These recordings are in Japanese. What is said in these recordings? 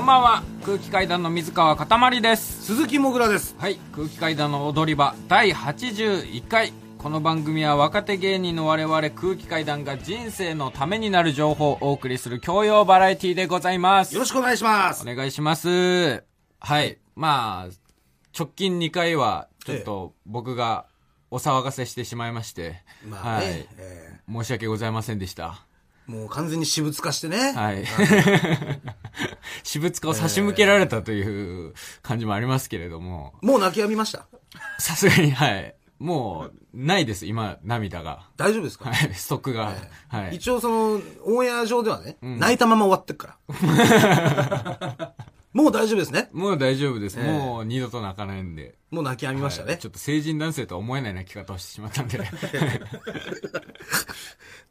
んばんは空気階段の水川かたまりです鈴木もぐらですはい空気階段の踊り場第81回この番組は若手芸人の我々空気階段が人生のためになる情報をお送りする教養バラエティでございますよろしくお願いしますお願いしますはいまあ直近2回はちょっと僕がお騒がせしてしまいまして、まあね、はいえ申し訳ございませんでしたーもう完全に私物化してね、はい。私物化を差し向けられたという感じもありますけれども、もう泣きやみましたさすがに、はい。もう、ないです、今、涙が。大丈夫ですか、はい、ストックが。はい。一応そのオンエア上ではね、泣いたまま終わってっからもう大丈夫ですねもう大丈夫です。もう二度と泣かないんで。もう泣きやみましたね、はいちょっと成人男性とは思えない泣き方をしてしまった んで。う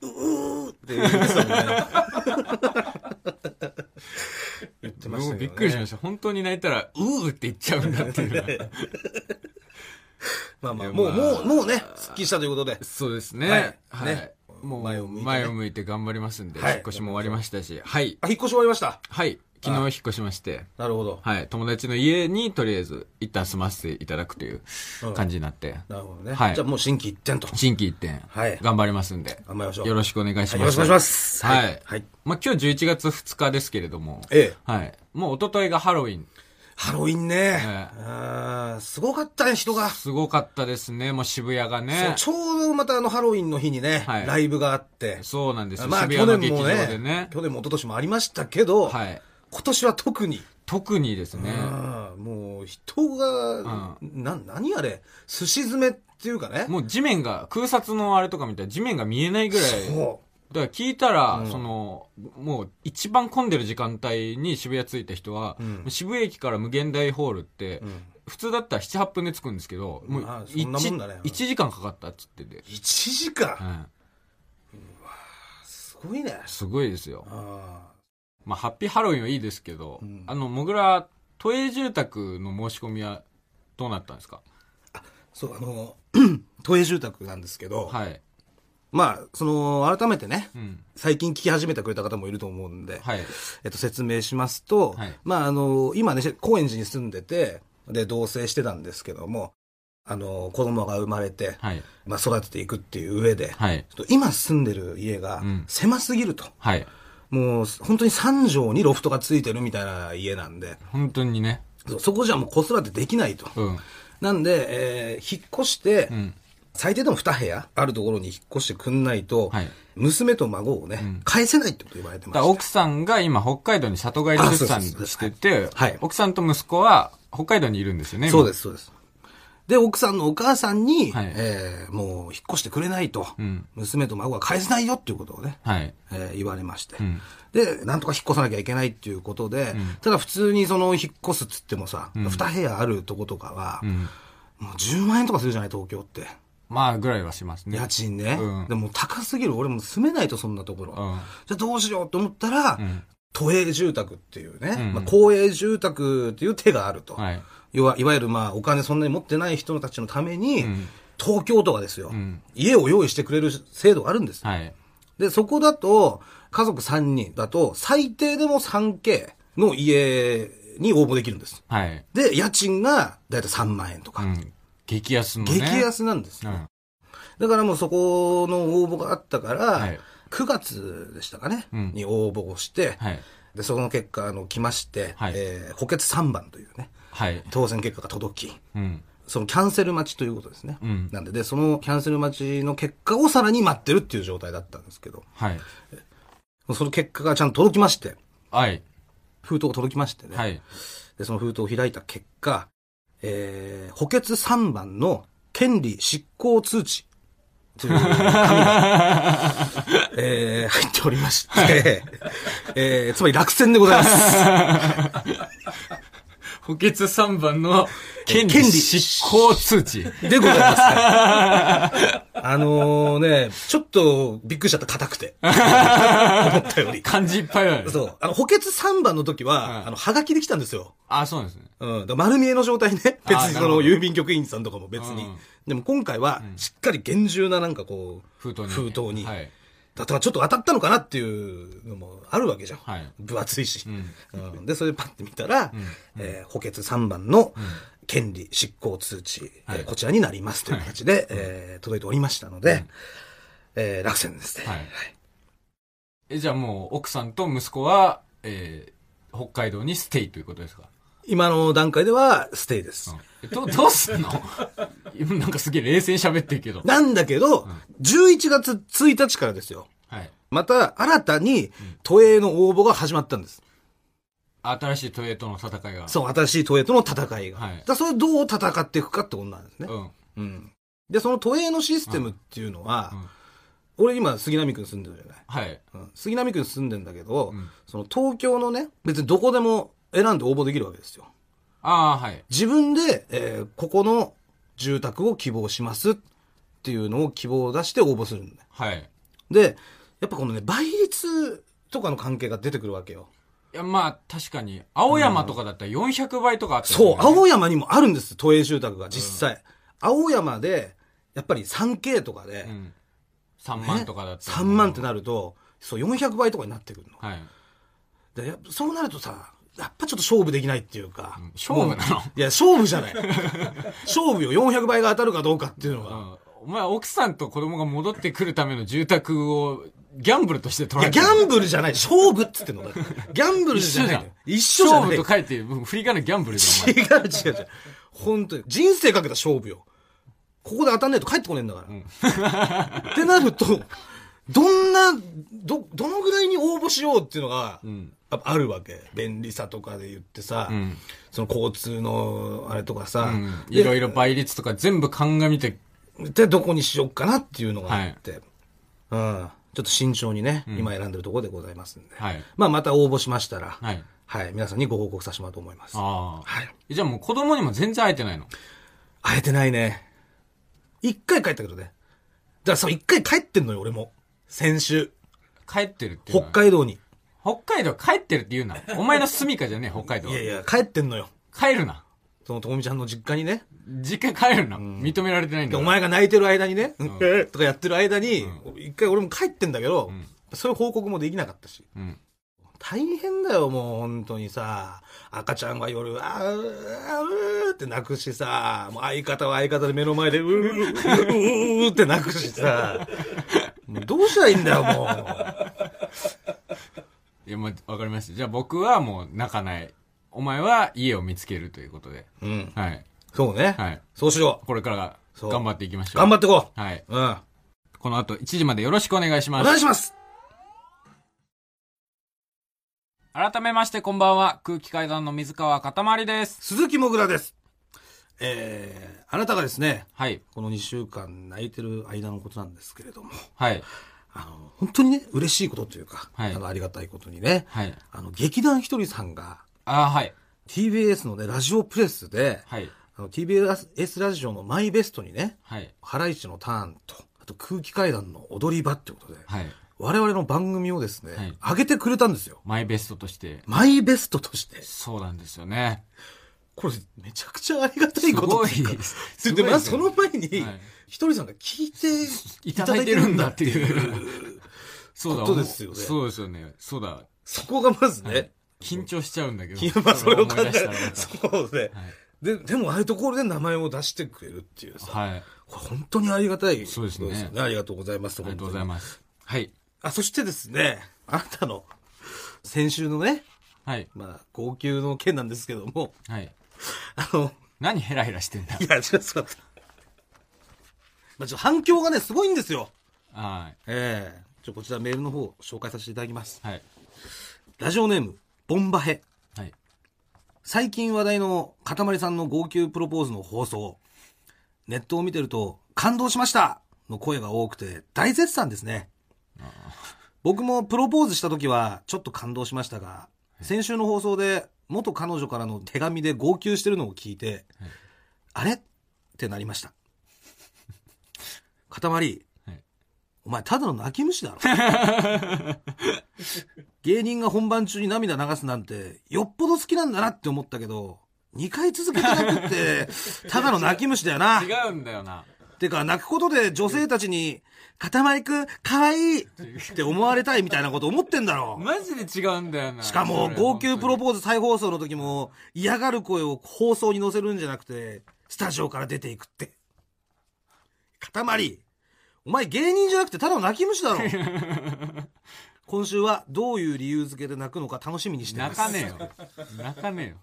ーって言ってたもん ね言ってまもしうたけど、ね、びっくりしました。本当に泣いたら、うーって言っちゃうんだって いうのは。まあまあいやもう、まあもうもうねすっきりしたということでそうですね。ははいい。ねもう前を向いてね前を向いて頑張りますんで、はい引っ越しも終わりましたし。はい。あ引っ越し終わりましたはい。昨日引っ越しまして。なるほどはい、友達の家にとりあえず一旦住ませていただくという感じになって、なるほどね、はいじゃあもう心機一転と新規一点、はい頑張りますんで、頑張りましょうよろしくお願いします。よろしくお願いしますはい。はいまあ、今日11月2日ですけれども、ええはい。もう一昨日がハロウィン。ハロウィンね、ええあーすごかったね、人が。すごかったですね、もう渋谷がね。そうちょうどまたあのハロウィンの日にね、はいライブがあって。そうなんですよ、まあ渋去谷の年劇も場ねでね。去年も一昨年もありましたけど、はい。今年は特に、特にですね、あーもう人が、な、何あれ、すし詰めっていうかね。もう地面が、空撮のあれとか見たら地面が見えないぐらい、そだから聞いたら、その、もう一番混んでる時間帯に渋谷着いた人は、ん渋谷駅から無限大ホールって、う。うん普通だったら7、8分で着くんですけど、もうまあそんなもんだね 1, 一時間かかったっつってて、 1時間、うんすごいね。すごいですよ。あまあ、ハッピーハロウィンはいいですけど、んあの、もぐら、都営住宅の申し込みはどうなったんですかーそう、あの、 都営住宅なんですけど、はい。まあ、その、改めてね、うん。最近聞き始めてくれた方もいると思うんで、はい。えっと、説明しますと、はいまあ、あの、今ね、高円寺に住んでて、で、同棲してたんですけども、あの、子供が生まれて、はい。まあ、育てていくっていう上で、はい。ちょっと今住んでる家がうん狭すぎると。はい。もう、本当に3畳にロフトがついてるみたいな家なんで、本当にね。そうそこじゃもう子育てできないと。うん。なんで、えー引っ越して、うん。最低でも2部屋あるところに引っ越してくんないと、はい娘と孫をね、返せないってこと言われてまだからし奥さんが今北海道に里帰り出産しててあそうそうそうはい、奥さんと息子は北海道にいるんですよね。た。今そうです、そうです。で、奥さんのお母さんに、はいえーもう引っ越してくれないと、うん娘と孫は返せないよっていうことをね、はい。えー言われまして、んで、なんとか引っ越さなきゃいけないっていうことで、ただ普通にその引っ越すっつってもさ、二2部屋あるとことかは、うん。もう10万円とかするじゃない、東京って。まあぐらいはしますね。家賃ね。うんでも高すぎる。俺も住めないと、そんなところ。うんじゃあどうしようと思ったら、ん都営住宅っていうね、うんまあ、公営住宅っていう手があると。はい。要はいわゆるまあお金そんなに持ってない人たちのために、ん東京都がですよ、ん家を用意してくれる制度があるんですよ、はい。で、そこだと、家族3人だと、最低でも 3K の家に応募できるんです。はい。で、家賃がだいたい3万円とうか、ん。激安のね。激安なんですうよ、ん。だからもうそこの応募があったから、はい9月でしたかね、うんに応募をして、はい。で、その結果、あの、来まして、はいえー補欠3番というね、はい。当選結果が届き、うん。そのキャンセル待ちということですね。うんなんで、で、そのキャンセル待ちの結果をさらに待ってるっていう状態だったんですけど、はい。その結果がちゃんと届きまして、はい。封筒が届きましてね、はい。で、その封筒を開いた結果、えー、補欠3番の権利執行通知という紙が、えー、入っておりまして、えー、つまり落選でございます。補欠3番の権権利利執行通知。でございます、あのね、ちょっとびっくりしちゃった、硬くて。思ったより。漢字いっぱいある。そう。あの、補欠3番の時は、うんあの、はがきできたんですよ。 あ、そうなんですね。うん。だから丸見えの状態ね。別あーなにそるほどの郵便局員さんとかも別に。うんでも今回は、しっかり厳重ななんかこう、封筒に。封筒に。はい。だからちょっと当たったのかなっていうのもあるわけじゃん。はい分厚いし、ううんで、それでパッて見たら、えー補欠3番の権利執行通知、はいえーこちらになりますという形で、えー届いておりましたので、えー落選ですね。はいえ、じゃあもう、奥さんと息子は、えー北海道にステイということですか、今の段階ではステイです。えどどうすんの 今なんかすげえ冷静に喋ってるけど。なんだけど、11月1日からですよ。はい。また、新たに、都営の応募が始まったんです。新しいトイレとの戦いが。そう、新しい都営との戦いが。はいだからそれをどう戦っていくかってことなんですね。うん。うん。で、その都営のシステムっていうのは、うんうん俺今、杉並区に住んでるじゃない。はい。うん、杉並区に住んでんだけど、うんその東京のね、別にどこでも選んで応募できるわけですよ。ああ、はい。自分で、えーここの住宅を希望しますっていうのを希望を出して応募するんだよ。はい。で、やっぱこのね、倍率とかの関係が出てくるわけよ。いや、まあ、確かに、青山とかだったら400倍とかあったそう、青青山にもあるんです、都営住宅が、実際。青山で、やっぱり 3K とかで、うん。3万とかだったら。 3万ってなると、そう、400倍とかになってくるの。はい。でやっぱそうなるとさ、やっぱちょっと勝負できないっていうか。ん勝負なのもういや、勝負じゃない。勝負よ、400倍が当たるかどうかっていうのうが。ん。お前、奥さんと子供が戻ってくるための住宅を、ギャンブルとして取らいれや、ギてるャンブルじゃない。勝負っつってんの。だからギャンブルじゃないのよ。一緒じゃ勝負ない。と書いて、うん振り仮名ギャンブルじゃん、お違前。う違う違う。本当に。人生かけた勝負よ。ここで当たんないと帰ってこねえんだから。ってなると、どんな、ど、どのぐらいに応募しようっていうのが、やっぱあるわけ。便利さとかで言ってさ、んその交通のあれとかさ、うんでいろいろ倍率とか全部鑑みて、で、どこにしようかなっていうのがあって、うん。ちょっと慎重にね、今選んでるところでございますんで。はい。まあ、また応募しましたら、はい。はい、皆さんにご報告させてもらおうと思います。ああ。はい。じゃあもう子供にも全然会えてないの会えてないね。一回帰ったけどね。だからそう、一回帰ってんのよ、俺も。先週。帰ってるっていう北のは海道に。北海道帰ってるって言うな。お前の住処じゃねえ、北海道い。やいや、帰ってんのよ。帰るな。その、ともみちゃんの実家にね。実家帰るな。認められてないんで、だおから。前が泣いてる間にね、うんとかやってる間に、一回俺も帰ってんだけど、そういう報告もできなかったし。うん。大変だよ、もう、本当にさ。赤ちゃんは夜、あー、うーうーって泣くしさ。もう相方は相方で目の前で、うー、うーうーうーって泣くしさ。もうどうしたらいいんだよ、もう。いや、まあ、わかりました。じゃあ僕はもう泣かない。お前は家を見つけるということで。うん。はい。そうね。はい。そうしよこれからそう頑張っていきましう。ょう。頑張ってこはい。う。うん。おこの後1時までよろしくお願いします。願いします改めましてこんばんは。空気階段の水川かたまりです。鈴木もぐらです。えー、あなたがですね、はい。この2週間泣いてる間のことなんですけれども、はい。あの、本当にね、嬉しいことというか、はいあの、ありがたいことにね、はい。あの、劇団ひとりさんが、ああ、はい。 TBS のね、ラジオプレスで、はい。あの TBS ラジオのマイベストにね、はい。ハライチのターンと、あと空気階段の踊り場ってことで、はい。我々の番組をですね、はい上げてくれたんですよ。マイベストとして。マイベストとして。そうなんですよね。これ、めちゃくちゃありがたいことっていすうかごいですですごいですで、ねまずその前に、はいひとりさんが聞いていただいてるんだっていう。そうだ。ことですよねそうですよね。そうだ。そこがまずね、緊張しちゃうんだけど。いやまあそれを考え思い出したたら そうで、で、でもああいうところで名前を出してくれるっていうまさ、たはい。あこれ本当にありがたいことそうですねよありがとうございます。りがとうございす。ます。はい。あ、そしてですね、あなたの、先週のね、はい。まあ、号泣の件なんですけども、はい。あの、何ヘラヘラしてんだい。や、ちょっと待って、まあ、ちょっと反響がね、すごいんですよ。はい。ええちょ、こちらメールの方を紹介させていただきます。はい。ラジオネーム、ボンバヘ。はい。最近話題のかたまりさんの号泣プロポーズの放送。ネットを見てると、感動しましたの声が多くて、大絶賛ですね。僕もプロポーズした時は、ちょっと感動しましたが、先週の放送で、元彼女からの手紙で号泣してるのを聞いて、あれってなりました。かたまりはい、お前ただの泣き虫だ ろ。芸人が本番中に涙流すなんて、よっぽど好きなんだなって思ったけど、2回続けて泣くって、ただの泣き虫だよな。違うんだよな。ってか、泣くことで女性たちに、片前くん、かわいいって思われたいみたいなこと思ってんだろ。マジで違うんだよな。しかも、号泣プロポーズ再放送の時も、嫌がる声を放送に載せるんじゃなくて、スタジオから出ていくって。塊、お前芸人じゃなくてただの泣 き虫だろ。今週はどういう理由付けで泣くのか楽しみにしてま泣す。かねえよ。泣かねえよ。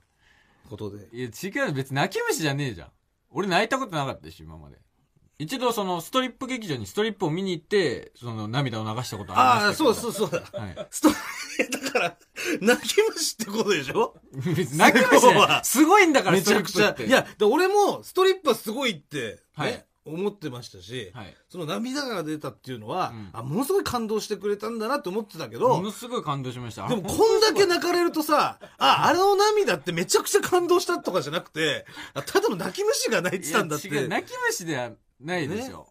ことで。いや、違うよ。別に泣き虫じゃねえじゃん。俺泣いたことなかったし、今まで。一度、その、ストリップ劇場にストリップを見に行って、その、涙を流したことありあまあ、したけそど。うそうそうだ。はい。スト だから、泣き虫ってことでしょ別に泣き虫じゃないすごいんだから、めちゃくちスゃ。トリップっていや、で俺もストリップはすごいって、ねはい思ってましたし、はいその涙が出たっていうのは、うんあ、ものすごい感動してくれたんだなって思ってたけもど、のすごい感動しました。でもこんだけ泣かれるとさ、あ、あの涙ってめちゃくちゃ感動したとかじゃなくて、あただの泣き虫が泣いてたんだって。いや違う、泣き虫ではないでしょ。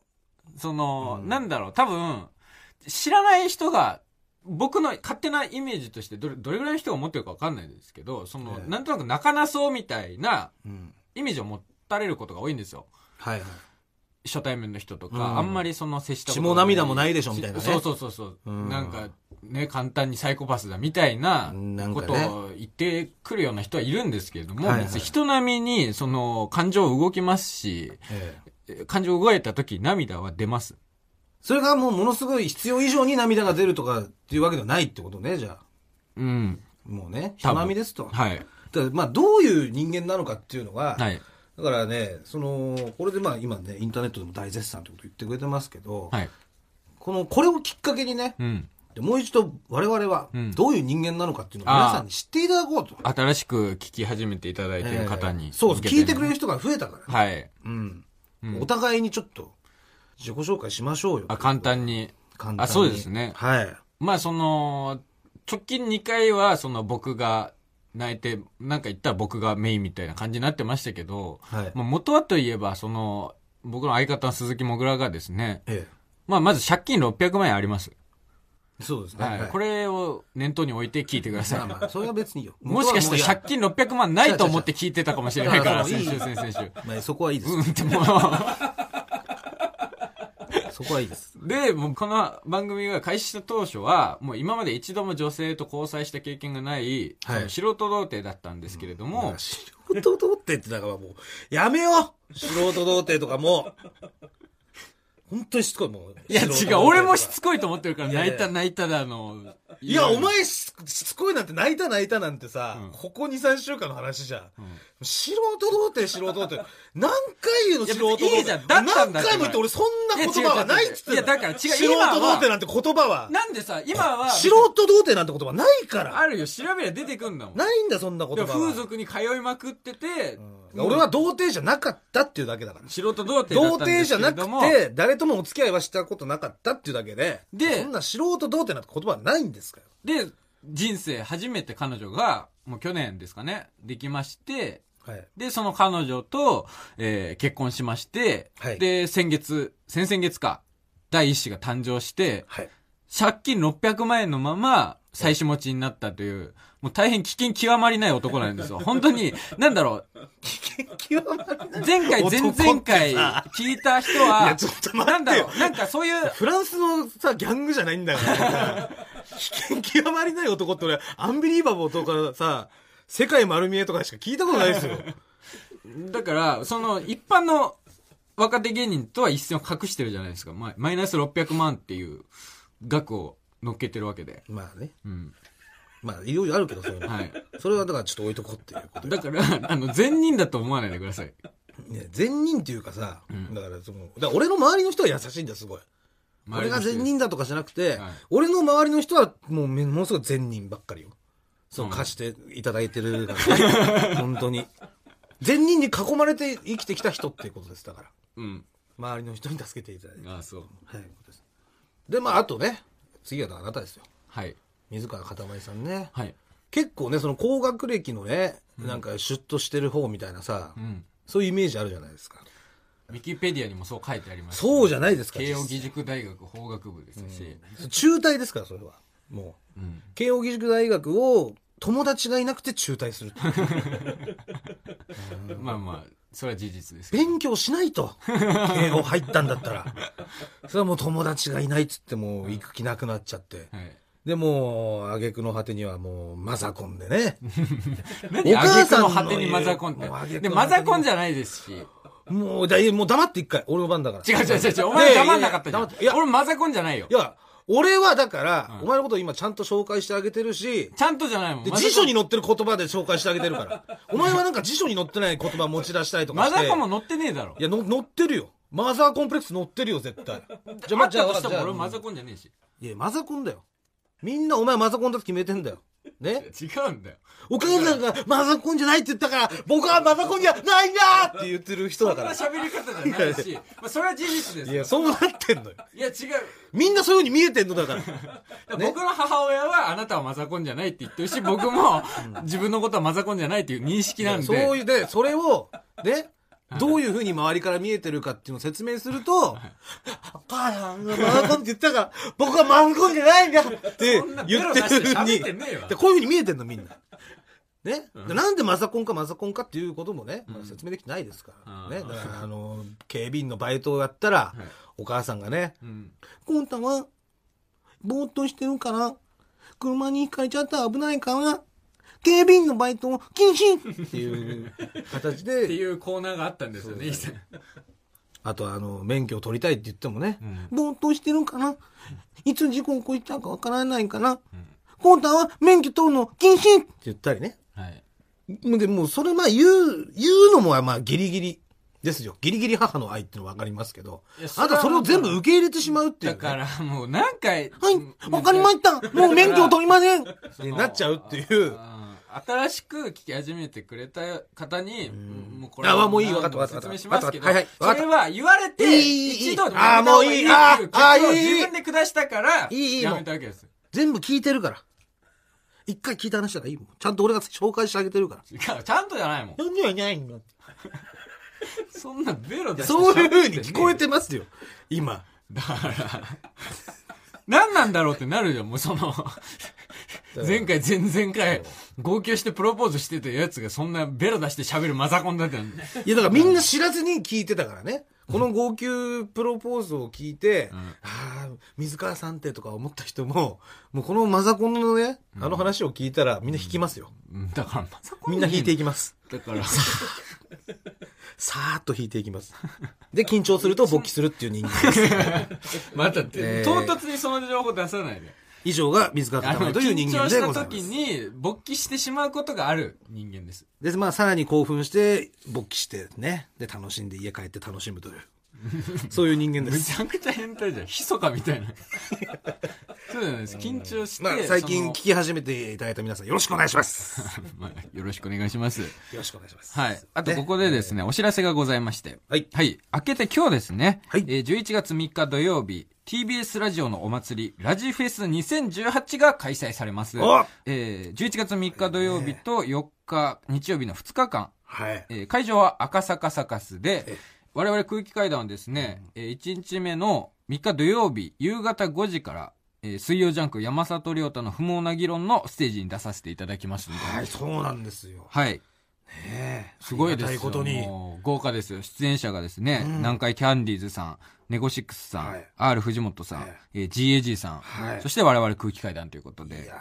その、うんなんだろう、多分、知らない人が、僕の勝手なイメージとしてどれ、どれぐらいの人が持ってるかわかんないですけど、その、ええなんとなく泣かなそうみたいなうんイメージを持たれることが多いんですよ。はいはい。初対面の人とか、うんあんまりその接したこと血も涙もないでしょみたいなねそうそうそうそう。うんなんか、ね、簡単にサイコパスだみたいななんこかねとを言ってくるような人はいるんですけれども、はいはい別に人並みに、その、感情動きますし、ええ感情動いた時涙は出ます。それがもうものすごい必要以上に涙が出るとかっていうわけではないってことね、じゃあ。うん。もうね、多人分並みですと。はい。だからまあ、どういう人間なのかっていうのは、はい。だからね、その、これでまあ今ね、インターネットでも大絶賛ってこと言ってくれてますけど、はい。この、これをきっかけにね、うん。でもう一度我々はうん、どういう人間なのかっていうのを皆さんに知っていただこうと。新しく聞き始めていただいている方に、えーそうそう、向け聞いてくれねる人が増えたからね。はい。うん。うんお互いにちょっと、自己紹介しましょうよ。あ、簡に。単に。簡単に。あそうですねはい。まあ、その、直近2回は、その僕が泣いて、なんか言ったら僕がメインみたいな感じになってましたけど、はい。まあ、元はといえば、その、僕の相方の鈴木もぐらがですね、えまあ、まず借金600万円あります。え。そうですね。はい。これを念頭に置いて聞いてくださいま。あまあ、それは別にいいよ。 もしかしたら借金600万ないと思って聞いてたかもしれないから、違う違う先違週、う先々週。まあ、そこはいいです。うんっても う。そこはいいです。で、もうこの番組が開始した当初は、もう今まで一度も女性と交際した経験がない、はいその素人童貞だったんですけれども、素人童貞ってだからもう、やめよう素人童貞とかもう。本当にしつこいもう。いや素人童貞違う、とか俺もしつこいと思ってるから、いやい泣やいた泣いただの。いや、お前ししつこいなんて泣いた泣いたなんてさ、うんここ2、3週間の話じゃん。うん素人童貞、素人童貞。何回言うのいや素人童貞。いいじゃんだったんだ何回も言って俺そんな言葉はないっつってんのいや違う違う違ういやだから違う素人今は童貞なんて言葉は。なんでさ、今は、素人童貞なんて言葉ないから。あるよ、調べりゃ出てくんだもん。ないんだ、そんな言で葉もは。風俗に通いまくってて、うん俺は童貞じゃなかったっていうだけだから。素人童貞だっ童たんで貞じすゃけれなくども、て、誰ともお付き合いはしたことなかったっていうだけで、でそんな素人童貞なんて言葉はないんですから。で、人生初めて彼女が、もう去年ですかね、できまして、はい。で、その彼女と、えー結婚しまして、はいで、先月、先々月か、第一子が誕生して、はい。借金600万円のまま、妻子持ちになったという、もう大変危険極まりない男なん ですよ。本当に、なんだろう、前回、前極まり ない男ってさ々回聞いた人いはや、ちょっと、な待んってだよろ。う、なんかそういう、フランスのさ、ギャングじゃないんだから。危険極まりない男って俺、アンビリーバボーとかさ、世界丸見えとかしか聞いたことないですよ。だから、その、一般の若手芸人とは一線を隠してるじゃないですか。マイマイナス600万っていう額を乗っけてるわけで。 まあね。うん。まあ、いろいろあるけど、そういうの。はい。 それはだからちょっと置いとこうっていうことでだ から、あの、善人だと思わないでください。ね、善人っていうかさ、んだからその、だから俺の周りの人は優しいんだよ、すごい。周俺りのが人善人だとかじゃなくて、はい俺の周りの人はもうめ、ものすごい善人ばっかりよ。そう、うん貸していただいて るから、ね、本当に。善人に囲まれて生きてきた人っていうことです、だから。うん。周りの人に助けていただいて。ああ、そう。はい、ことです。で、まあ、あとね、次はあなたですよ。はい。水川かたまりさんね。はい。結構ね、その高学歴のね、なんかシュッとしてる方みたいなさ、うん。そういうイメージあるじゃないですか。ウィキペディアにもそう書いてあります。そうじゃないですか、慶応実際義塾大学法学部ですし。中退ですから、それは。もう。うん。慶應義塾大学を友達がいなくて中退するっていうまあまあ、それは事実です。勉強しない と。慶応入ったんだったら。それはもう友達がいないっつってもう行く気なくなっちゃって。はい。で、もう、挙句の果てにはもう、マザコンでね。 何お母さんの挙句の果てにマザコンっもうて。挙句の果てにで、マザコンじゃないですし。違もう、だいもう黙って一回、俺の番だから。う違う違う違う。お前黙んなかったじゃいやいやん。俺マザコンじゃないよい。や、俺はだから、お前のことを今ちゃんと紹介してあげてるし、ちゃんとじゃないもん。でマザコン辞書に載ってる言葉で紹介してあげてるから。お前はなんか辞書に載ってない言葉持ち出したりとかマして。ザコンも載ってねえだろい。や、の載ってるよ。マザーコンプレックス載ってるよ、絶対。じあったとしても俺マザココンじゃねえし。ン。いや、マザコンだよ。みんなお前マザコンだって決めてんだよ。ね 違うんだよ。お母さんがマザコンじゃないって言ったから、僕はマザコンじゃないんだって言ってる人 だから。そんな喋り方じゃないし、まあ、それは事実です。いいやや、そうなってんのよ。違う。みんなそういう風に見えてんのだから。ね僕の母親はあなたはマザコンじゃないって言ってるし、僕も自分のことはマザコンじゃないっていう認識なんで。そういう、で、それを、ね、どういう風に周りから見えてるかっていうのを説明すると、お母さんがマザコンって言ったから、僕はマザコンじゃないんだってそんなベ言ロっ出しててる風喋にってねえわ。でこういう風に見えてんの、みんな。ね、でなんでマザコンかマザコンかっていうこともね、まあ説明できてないですから。ね。うんだから、あの、警備員のバイトをやったら、お母さんがね、うんコンタは、ぼーっとしてるから、車にひかれちゃったら危ないから、警備員のバイトを禁止っていう形ってで、いうコーナーがあったんですよね、以前。あとはあの、免許を取りたいって言ってもね、ぼーっとしてるから、いつ事故起こしたかわからないから、コンタは免許取るの禁止って言ったりね。はい。でもうそれまあ言う、言うのもまあギリギリですよ。ギリギリ母の愛っていうのはわかりますけどいや、それあはとはそれを全部受け入れてしまうっていだう、ね。からもう何回。はい、わかりました。もう免許を取りません。になっちゃうっていう。あー新しく聞き始めてくれた方に、もうこあもういいわかったわかった説明しますけど、わかったわかったはいはいわかそったれは言われて、いいいいいい一度でやめた方がいいっていう結論をあーもういいあーあーいいいい自分で下したから、いいいいやめたわけですよ。全部聞いてるから。一回聞いた話だからいいもん。ちゃんと俺が紹介してあげてるから。違うちゃんとじゃないもん。何やいないのそんなベロ出してそういう風に聞こえて。てますよ。今。だから、何なんだろうってなるよ、もうその。前回、前々回、号泣してプロポーズしてたやつがそんなベロ出して喋るマザコンだってなんだいやだからみんな知らずに聞いてたからね。この号泣プロポーズを聞いて、ああ、水川さんってとか思った人も、もうこのマザコンのね、あの話を聞いたらみんな引きますよ。うんだからマザコンみんな引いていきます。だから、さーっと引いていきます。で、緊張すると勃起するっていう人間です。 また、唐えー突にその情報出さないで。以上が水川あかたまの、りという緊人張間でしごたざいま時す。に勃起してしまうことがある人間 です。で、まあ、さらに興奮して、勃起してね、で、楽しんで家帰って楽し むという。そういう人間でめす。ちゃくちゃ変態じゃん。ひそかみたいな。 そうじゃないです。緊張して。まあ、最近そ聞き始めていただいた皆 さん、よろしくお願いします。の まあ、よろしくお願いします。よろしくお願いします。はい。あと、ここでですね、お知らせがございまして。はいはい。明けて今日ですね。はいえー11月3日土曜日、TBS ラジオのお祭り、ラジフェス2018が開催されます。おえー、11月3日土曜日と4日、日曜日の2日間、はい。えー会場は赤坂サカスで、我々空気階段はですね、えー1日目の3日土曜日夕方5時から、えー水曜ジャンク山里亮太の不毛な議論のステージに出させていただきますのではい、そうなんですよ。はい。ねえすごいであすりよ。がたいことに。もう豪華ですよ。出演者がですね、うん南海キャンディーズさん、ネゴシックスさん、はい R 藤本さん、ええー GAG さん、はいそして我々空気階段ということいで、や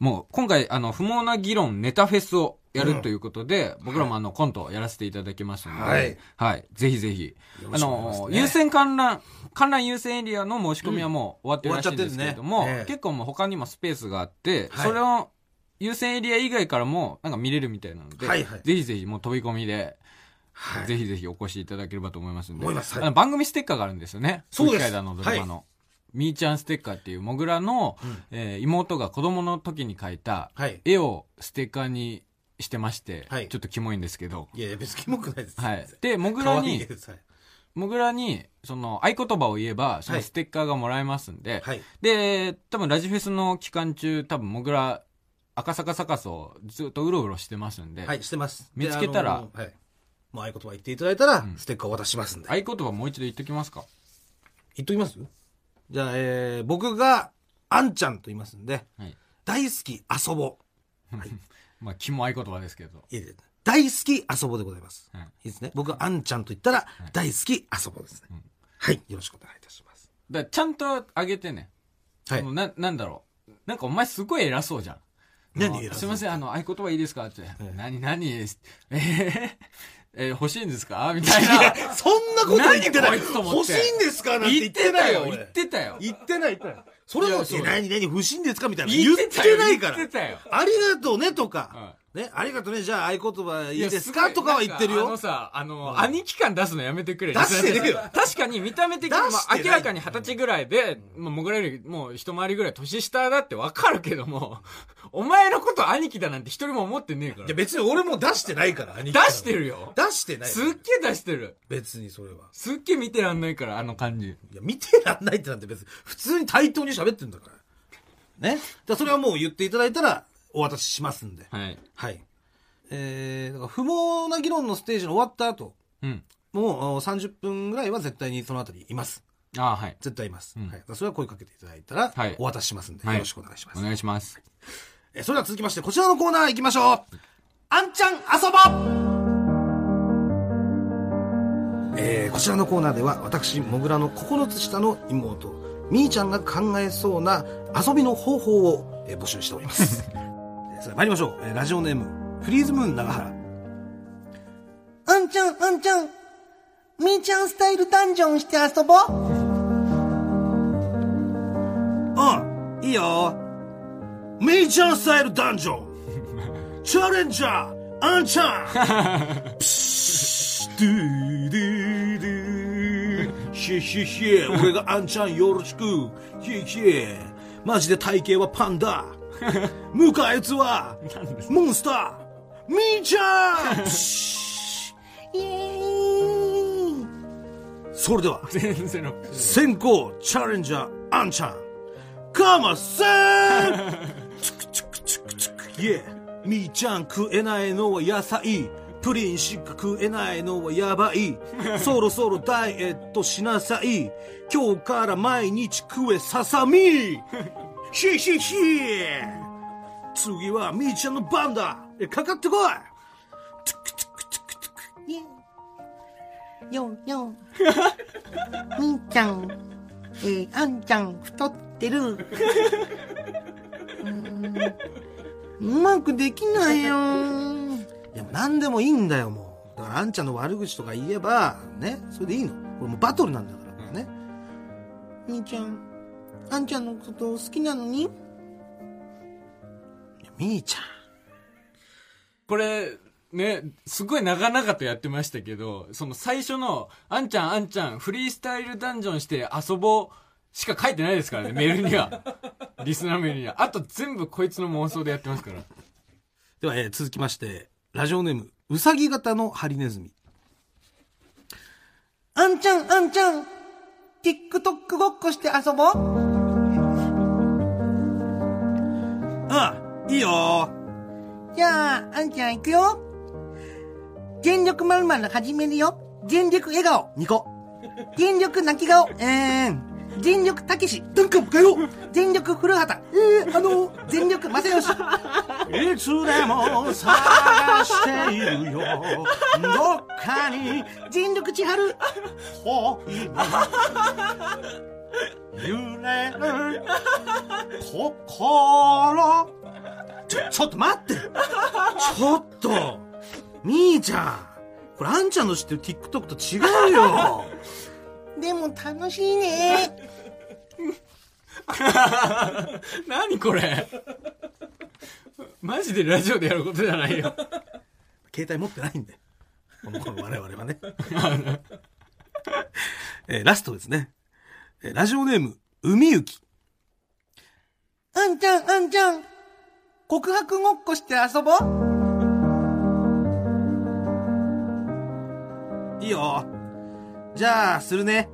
もう今回、あの、不毛な議論ネタフェスをやるということで、僕らもあの、コントをやらせていただきますので、はいはいぜひぜひ。よろあしくお願いしますねの、優先観覧、観覧優先エリアの申し込みはもう終わってるらしいんですけれども、終わっちゃってるんですねええ結構もう他にもスペースがあって、はいそれを優先エリア以外からもなんか見れるみたいなので、はいはいぜひぜひもう飛び込みで、はいぜひぜひお越しいただければと思いますんで。思いますはいあの番組ステッカーがあるんですよね。そうです空気階段のドラマの。みーちゃんステッカーっていう、モグラの、えー妹が子供の時に描いたはい。絵をステッカーにしてまして、はいちょっとキモいんですけど。いやいや、別にキモくないです。はい。で、モグ可ラ愛にいで、す。はいモグラに、その、合言葉を言えば、そのはいステッカーがもらえますんで、はい。で、多分ラジフェスの期間中、多分モグラ、赤坂サカスをずっとうろうろしてますんで、はい、してます。見でつけたらあのはい。もう合言葉言っていただいたらん、ステッカーお渡ししますんで。合言葉もう一度言っときますか。言っときますじゃあ、えー、僕が、あんちゃんと言いますんで、はい。大好き遊ぼう。 まあ、キモ合言葉ですけど。いいです大好きあそぼでございます。はいいいですね。僕はあんちゃんと言ったら、大好きあそぼですね、はい。よろしくお願いいたします。だからちゃんとあげてね。はいもうな、なんだろう。なんかお前すごい偉そうじゃん。何あ偉そうすいません、あの、合言葉いいですかって。え何、何、えーえー欲しいんですかみたいな。そんなこと言ってな何い。こいつと思欲ってしいんですかなんて言言っっててたないよ、よ。言ってたよ。言ってない、言ってない。それいも、やそうえだ何、何、不審ですかみたいな。言言っってたよてないから。言ってたよ ありがとうねとか、ね、ありがとうね、じゃあ合言葉いいですやかごいとかは言ってるなんかあのよ。さ、あの、うん兄貴感出すのやめてくれ。出してねえよ確かに見た目的にも出してない明らかに二十歳ぐらいで、もうもぐらよりもう一回りぐらい年下だってわかるけども、 お前のこと兄貴だなんて一人も思ってねえからいや、。別に俺も出してないから、出兄貴からしてるよ出してない。すっげえ出してる。別にそれは。すっげえ見てらんないから、あの感じ。いや、見てらんないってなんて別に、普通に対等に喋ってんだから。ね。だからそれはもう言っていただいたら、お渡ししますんで。はい。はい。えー、だから不毛な議論のステージの終わった後、うん。もうあー30分ぐらいは絶対にそのあたりいます。ああ、はい。絶対います。うんはい。だからそれは声かけていただいたらはい、お渡ししますんで、はいよろしくお願いします。お願いします。えーそれでは続きまして、こちらのコーナー行きましょう。あんちゃん遊ぼうえーこちらのコーナーでは、私、もぐらの9つ下の妹、みーちゃんが考えそうな遊びの方法を、えー募集しております。えーそれでは参りましょう。えーラジオネーム、フリーズムーン長原。あんちゃん、あんちゃん。みーちゃんスタイルダンジョンして遊ぼう。うん、いいよ。みーちゃんスタイルダンジョン。チャレンジャー、アンちゃん。プシュッドゥドゥドゥシェシェシェ、俺がアンちゃんよろしく。シェシェ。マジで体型はパンダ。向かいつは、モンスター、みーちゃん。プシュッイエーイそれでは。全然の。先行チャレンジャーアンちゃんかませんチクチクチクチクイエーみーちゃん食えないのは野菜プリンしか食えないのはやばいそろそろダイエットしなさい今日から毎日食えささみシーシーシー次はみーちゃんの番だえかかってこいイェイよんよん。 みーちゃん、えー、あんちゃん、太ってる。うーんうまくできないいよ。や、もう何でもいいんだよ、もう。だから、あんちゃんの悪口とか言えば、ね、それでいいの。これもうバトルなんだから、ね。みーちゃん、あんちゃんのこと好きなのにいやみーちゃん。これ、ね、すごい長々とやってましたけど、その最初の、あんちゃんあんちゃん、フリースタイルダンジョンして遊ぼうしか書いてないですからね、 メールには。リスナーメールには。あと全部こいつの妄想でやってますから。では、えー続きまして、ラジオネーム、うさぎ型のハリネズミ。あんちゃん、あんちゃん、TikTok ごっこして遊ぼう。うん、いいよじゃあ、あんちゃん行くよ。全力まるまる始めるよ。全力笑顔。ニコ。全力泣き顔。うーん。全力たけし。なんかかよ全力古畑。えー、あの全力正義。いつでも探しているよ。 どっかに全力千春。恋の揺れる心ちょ、ちょっと待ってちょっとみーちゃんこれあんちゃんの知ってる TikTok と違うよでも楽しいね。何これマジでラジオでやることじゃないよ。携帯持ってないんで。この頃我々はね。 えーラストですね。えーラジオネーム、海ゆき。あんちゃん、あんちゃん。告白ごっこして遊ぼう。いいよ。じゃあ、するね。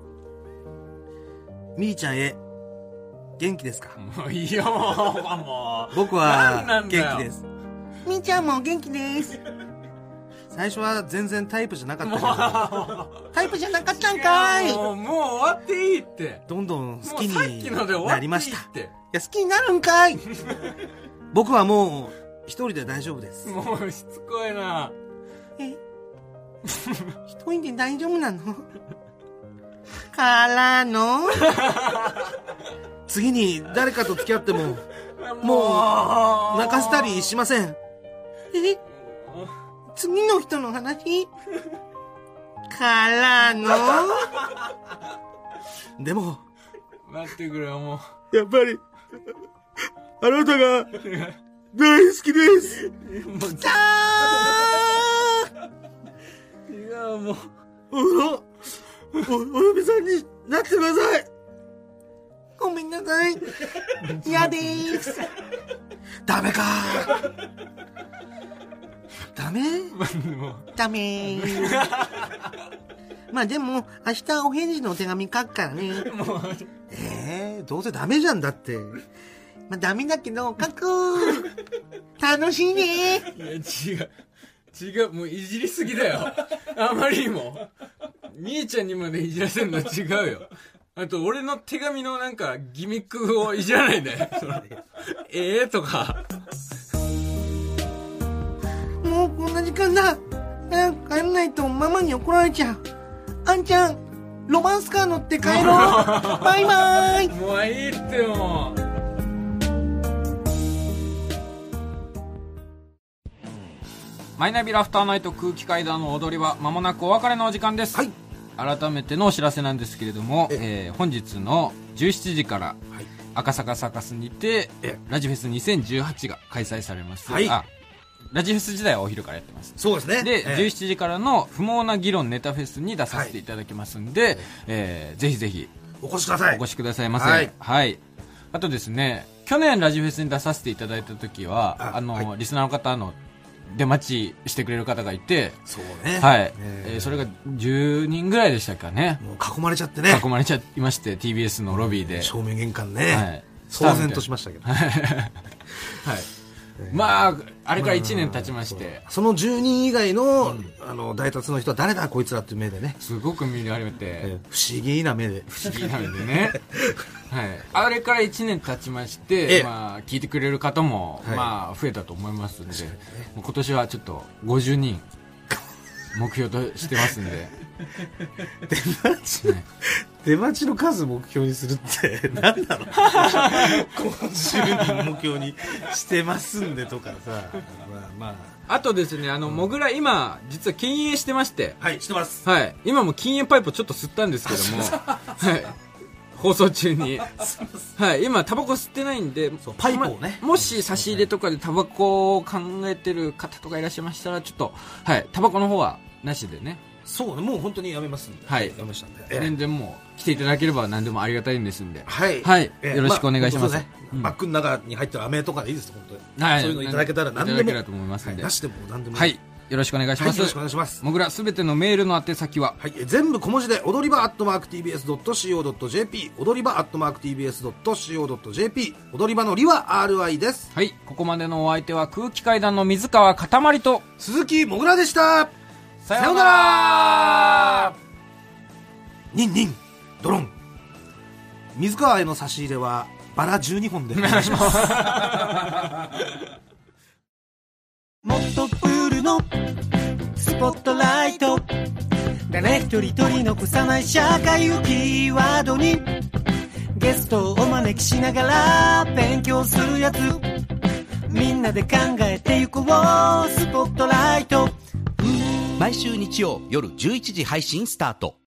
みーちゃんへ、元気ですかもういいよ、もう。もう僕何はな、んだよ元気です。みーちゃんも元気です。最初は全然タイプじゃなかったタイプじゃなかったんかい。もう、もう終わっていいって。けど、どんどん好きもうさっきのでに終わなっていりいました。って。いや、好好ききになるんかい。僕はもう、一人で大丈夫です。もうしつこいな。え、一人で大丈夫なのからの次に誰かと付き合っても、もう泣かせたりしません。え、次の人の話からのでも、待ってくれよもうやっぱり、あなたが、大好きです。じゃーん違うもうお、お、お嫁さんになってください。ごめんなさい。嫌でーす。ダメか。ダメもダメー。まあでも、明日お返事のお手紙書くからね。えー、どうせダメじゃんだって。まあダメだけど、書く 楽しいねういや違う違うもういじりすぎだよあまりにも兄ちゃんにまでいじらせるのは違うよあと俺の手紙のなんかギミックをいじらないでそのええとかもうこんな時間だ。早く帰らないとママに怒られちゃう。あんちゃん、ロマンスカー乗って 帰ろう。バイバーイ。もういいってよもうマイナビラフターナイト空気階段の踊りは間もなくお別れのお時間です、はい改めてのお知らせなんですけれども、えー本日の17時からはい赤坂サカスにてえラジフェス2018が開催されます、はいあラジフェス時代はお昼からやってますそうですね。で、えー17時からの不毛な議論ネタフェスに出させていただきますんで、えーぜひぜひお越しください。お越しくださいませ。ははいい。あとですね、去年ラジフェスに出させていただいた時は、ああの、はリスナーの方の出待ちしてくれる方がいて、そうね。はい。ええーーそれが10人ぐらいでしたかね。もう囲まれちゃってね。囲まれちゃいまして、TBS のロビーで。正面玄関はねい。騒然としましたけど。はい。まあ、あれから1年経ちまして、その10人以外の、あの、大達の人は誰だこいつらっていう目でね。すごく見られえて、ー不思議な目で。不思議なんで ね。はい。あれから1年経ちまして、えまあ、聞いてくれる方も、はいまあ、増えたと思いますんで、もう今年はちょっと50人、目標としてますんで、出待ち、はい出待ちの数目標にするって 何なの ?50 人目標にしてますんでとかさ。まあま あとですね、あの、もぐら、今、実は禁煙してまして、あ。はい、してます。はい。今も禁煙パイプをちょっと吸ったんですけ ども、はい。放送中に。はい。今、タバコ吸ってないんで、そうパイプをねまもし差し入れとかでタバコを考えてる方とかいらっしゃいましたら、ちょっと、はい。タバコの方は、なしでね。そうね、もう本当にやめますんで。はいやめましたんで。えー全然もう、来ていただければ何でもありがたいんですんで。はい。はいえーよろしくお願いしますまあ本当そうねうんバッグの中に入ってる飴とかでいいです、本当に。はいそういうのいただけたら何でいただも。けたらと思いますんではなしでも何でも。はい。よろしくお願いしはい。まよろしす。くお願いします。もぐら、すべてのメールの宛先は、はい、えー全部小文字で踊り場アットマーク TBS.CO.JP 踊り場アットマーク TBS.CO.JP 踊り場のりは RI ですはい。ここまでのお相手は、空気階段の水川かたまりと、鈴木もぐらでしたさようならニンニンドロン水川への差し入れはバラ12 本でお願いしますもっとプールのスポットライト誰一人取り残さない社会をキーワードにゲストをお招きしながら勉強するやつみんなで考えてゆこうスポットライト毎週日曜夜11時配信スタート